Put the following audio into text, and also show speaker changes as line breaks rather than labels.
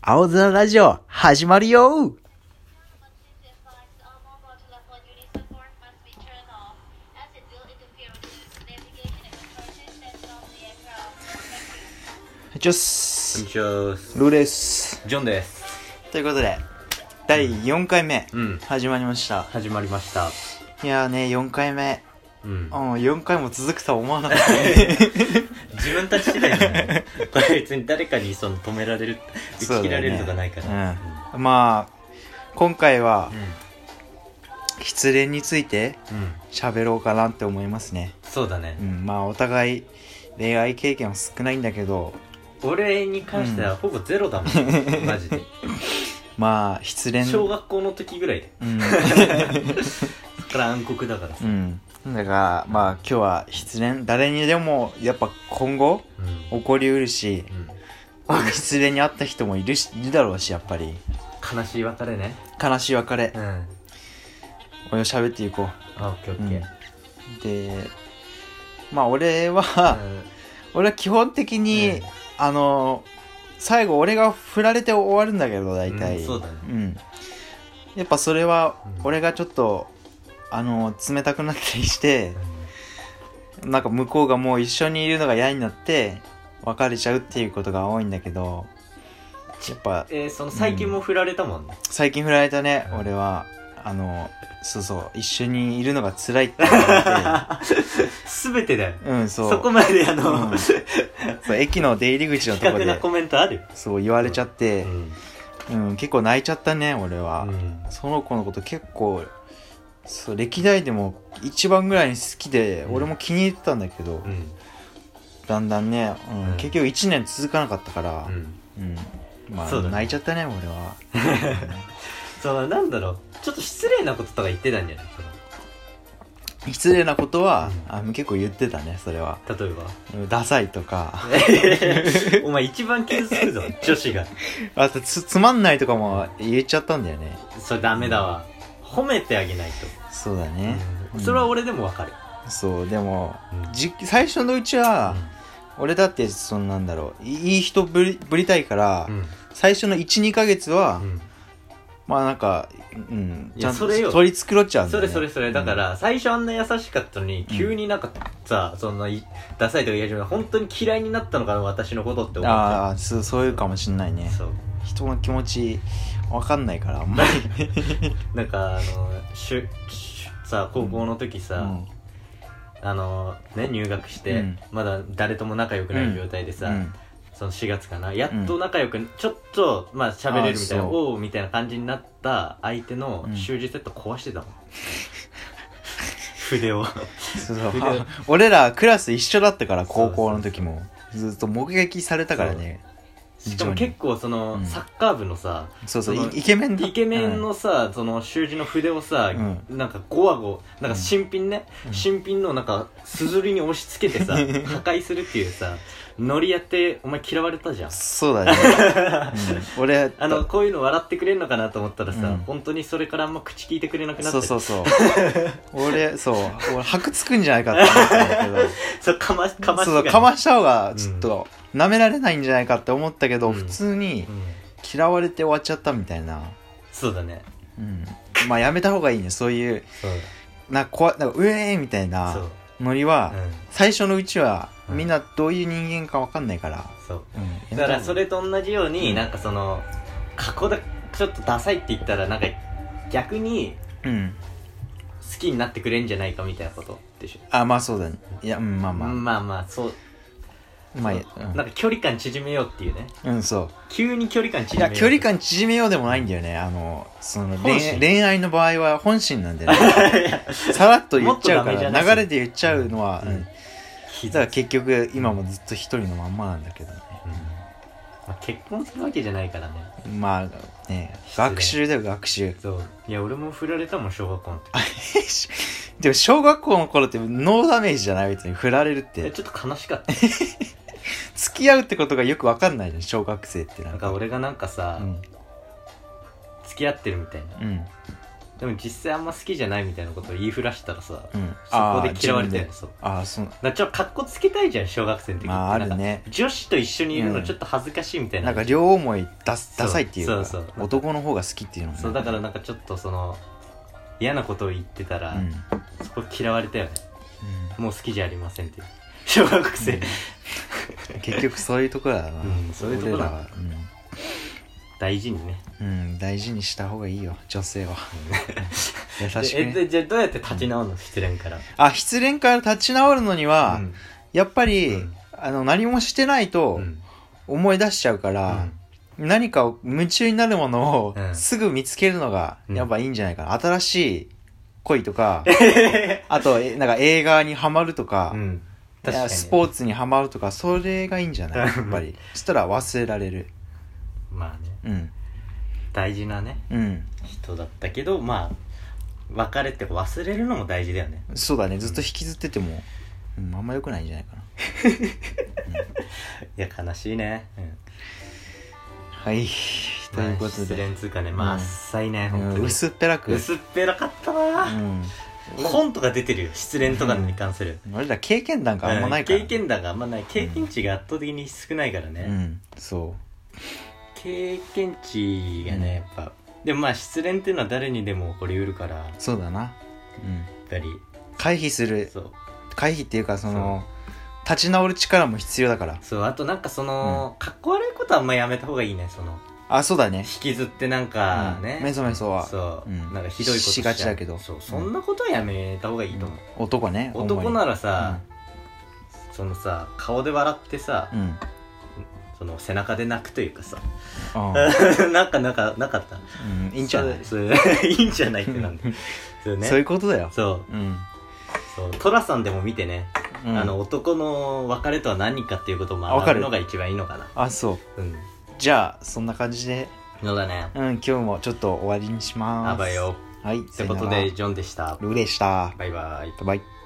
青空ラジオ、始まるよ
Thank
ちょっす。
ちはジ
ルーです。
ョンです
ということで、第4回目、
うん
始まりました。
始まりました
いやーね、4回目。
うん
うん、4回も続くとは思わなかったね。
自分たち次第だねこれ別に誰かにその止められる 打
そうだ
ち切
よ
ら
ね
れるとかないから
うんまあ、今回は
う、ん
失恋について
うん
喋ろうかなって思いますね。
そうだね
うん、まあ、お互い、恋愛経験は少ないんだけど、
俺に関してはほぼゼロだもんマ ジで
まあ、失恋。
小学校の時ぐらいで
うん。
そっから暗黒だからさ
うん。だから、まあ、今日は失恋、誰にでも、やっぱ今後、
うん
起こりうるし、失恋にあった人もいるし、いるだろうし、やっぱり。
うん悲しい別れね
悲しい別れ
う、んあ
俺を喋っていこ
オッケーオッケー
う。で、まあ、俺は、 俺は基本的に、
うん
あの、最後、俺が振られて終わるんだけど、大体。
うんそうだね
うんやっぱそれは
う、ん
俺がちょっと、あの、冷たくなったりして、
う
なんか向こうがもう一緒にいるのが嫌になって別れちゃうっていうことが多いんだけどやっぱ
んえーその最近も振られたもんね
最近振られたね
うん
俺はあのそうそう一緒にいるのが辛いって言 わ
全てだよ
れてうんそう
そこまであの
うんそう駅の出入り口の
的
とこ
確な
で
コメントある
そう言われちゃって、うん結構泣いちゃったね俺は、
うん
その子のこと結構そう歴代でも一番ぐらいに好きで、
うん
俺も気に入ってたんだけど、
うん
だんだんね、うん
うん
結局1年続かなかったから、
うん
うん、まあ、
そうだね
泣いちゃったね俺は
そのなんだろうちょっと失礼なこととか言ってたんじゃない
失礼なことは、
う
あ結構言ってたねそれは
その例えば
うんダサいとか
お前一番傷つくぞ女子が
あとつつまんないとかも言っちゃったんだよね
それダメだわ褒めてあげない
そうだね、
とそれは俺でもわかる
そうでも、
うん
じ最初のうちは、俺だってそのなんだろういいい人ぶりぶりたいから、
うん
最初の12ヶ月は、
うん
まあなんか、うん、
い
ち
や
ゃんと
それよ
取り繕っちゃうんだ
そ
よね
れそれそれだか、ら最初あんな優しかったの
う
に
ん
急になんかさそんないダサいとか言い始めた本当に嫌いになったのかな私のことって
う
思
ん
っちゃ
ああそうそういうかもしんないね
うそう
人の気持ちわかんないからあんまり
なんかあのしゅしゅさ高校の時さ、
うん
あのね入学して、
うん
まだ誰とも仲良くない状態でさ、
うん
その4月かなやっと仲良く、ちょっとまあ喋れるみたい
あ
な
ーそう
おうみたいな感じになった相手の
うん
習字セット壊してたもん、 筆を
そう そう
筆
は 俺らクラス一緒だったから高校の時もずっと目撃されたからね
しかも結構その、
うん
サッカー部のさ
そうそう
その
イイケメンだ
イケメンのさ、その習字の筆をさ、
う
なんかゴワゴなんか新品ね、
うん
新品のなんかすずりに押し付け てさ破壊するっていうさノリやってお前嫌われたじゃん
そうだね、うん俺
あのこういうの笑ってくれるのかなと思ったらさ、
うん
本当にそれからあんま口聞いてくれなくなって
そうそうそう 俺そう俺箔つくんじゃないかって思ったんだけど
そうかまかまし
そう
が
かました方がちょっと舐められないんじゃないかって思ったけど、
うん
普通に
うん
嫌われて終わっちゃったみたいな、
そうだね
うん、まあやめた方がいいねそういう
そう
なんか怖いなんかうえーみたい
だそう
なノリは、
うん
最初のうちは
うん
みんなどういう人間かわかんないから、
そう
うん、
だからそれと同じように、
うん
なんかその過去だちょっとダサいって言ったらなんか逆に
うん
好きになってくれんじゃないかみたいなことでしょ
あまあそうだねいやうんまあまあ、
まあまあそう
まあ
そうなんか距離感縮めようっていうね
うん、うん、そう
急に距離感
い
縮め
や
よう
距離感縮めようでもないんだよねあのその恋
本心
恋愛の場合は本心なんだよ ねさらっと言っちゃうから
もっとダメじゃな
流
い
れで言っちゃうのは、う
うんん
うんだから結局今もずっと一人のまんまなんだけどね
うんまあ結婚するわけじゃないからね
まあね
失礼
学習だよ学習
そういや俺も振られたもん小学校の時
でも小学校の頃ってノーダメージじゃない別に振られるっ
いや
て
ちょっと悲しかった
付き合うってことがよくわかんないじゃん小学生ってな
なんん
か
か俺がなんかさ、
うん
付き合ってるみたいな
うん
でも実際あんま好きじゃないみたいなことを言いふらしたらさ
うん
そこで嫌われたよ
あー自分
ね
で
そう
あーそう
だからちょっとかっこつけたいじゃん小学生の時って
まあある
なんか
ね
女子と一緒にいる
う
の
ん
ちょっと恥ずかしいみたいな,、
なんか両思いダス
そう
ダサいっていうか
そうそう
男の方が好きっていうのもね
そうだからなんかちょっとその嫌なことを言ってた
う
ら、
ん、うん
そこ嫌われたよねもう好きじゃありませんっていう小学生、
結局そういうところだな、
うんそういうところだ
俺らは
大事にね
うん、うん大事にした方がいいよ女性 は優
で
しく、
え
ね、
でじゃあどうやって立ち直るの失恋から
あ失恋から立ち直るのには、
うん
やっぱり、
うん
あの何もしてないと
うん
思い出しちゃうから、何かを夢中になるものを
うん
すぐ見つけるのが
うん
やっぱいいんじゃないかな、新しい恋とかあとえなんか映画にハマるとか,、
うん
い
確か
や
に
スポーツにハマるとかそれがいいんじゃないやっぱ りそしたら忘れられる
まあね
うん
大事なね
うん
人だったけどまあ別れて忘れるのも大事だよね
そうだねずっと引きずってても、うん、あんま良くないんじゃないかない
や悲しいね、うん
はいということ
失
で、
恋つうかねまあ
うん
浅いね、
う
本当
ん
に
薄っぺらく
薄っぺらかったな、
うん、
本とか出てるよ失恋とかに関する、
俺ら経験談があんまないから、
経験談があんまない経験値が圧倒的に少ないからね、
うんそ
経験値がねやっぱでもまあ失恋っていうのは誰にでも起こりうるからやっ
うそうだなうん
ぱり
回避する
そう
回避っていうかその立ち直る力も必要だから
そうあとなんかその、かっこ悪いことはあんまやめた方がいいねその
あそうだね
引きずってなんかね、
うんメソメソは
そ
う
う、
ん
なんかひどいこと
し
ちゃう
がちだけど
そう
うん
そんなことはやめた方がいいと思う、
男ね
男な
ら
らさ、そのさ顔で笑ってさ、
うん、うん
その背中で泣くというかさ、
あ
なんかなんかなかった
ーうん、いいんじゃない
そうそう いいんじゃないってなんでそうね
そういうことだよ
そう
うん、
そう寅さんでも見てね、
うん、
あの男の別れとは何かっていうことを
あわ
学
か
ぶ
る
のが一番いいのかな
あそう
うん
じゃあそんな感じで
のだね
うん今日もちょっと終わりにします
あばよ
はい
ってこと
さよなら
でジョンでした
ルーでした
バイバイ
バイバイ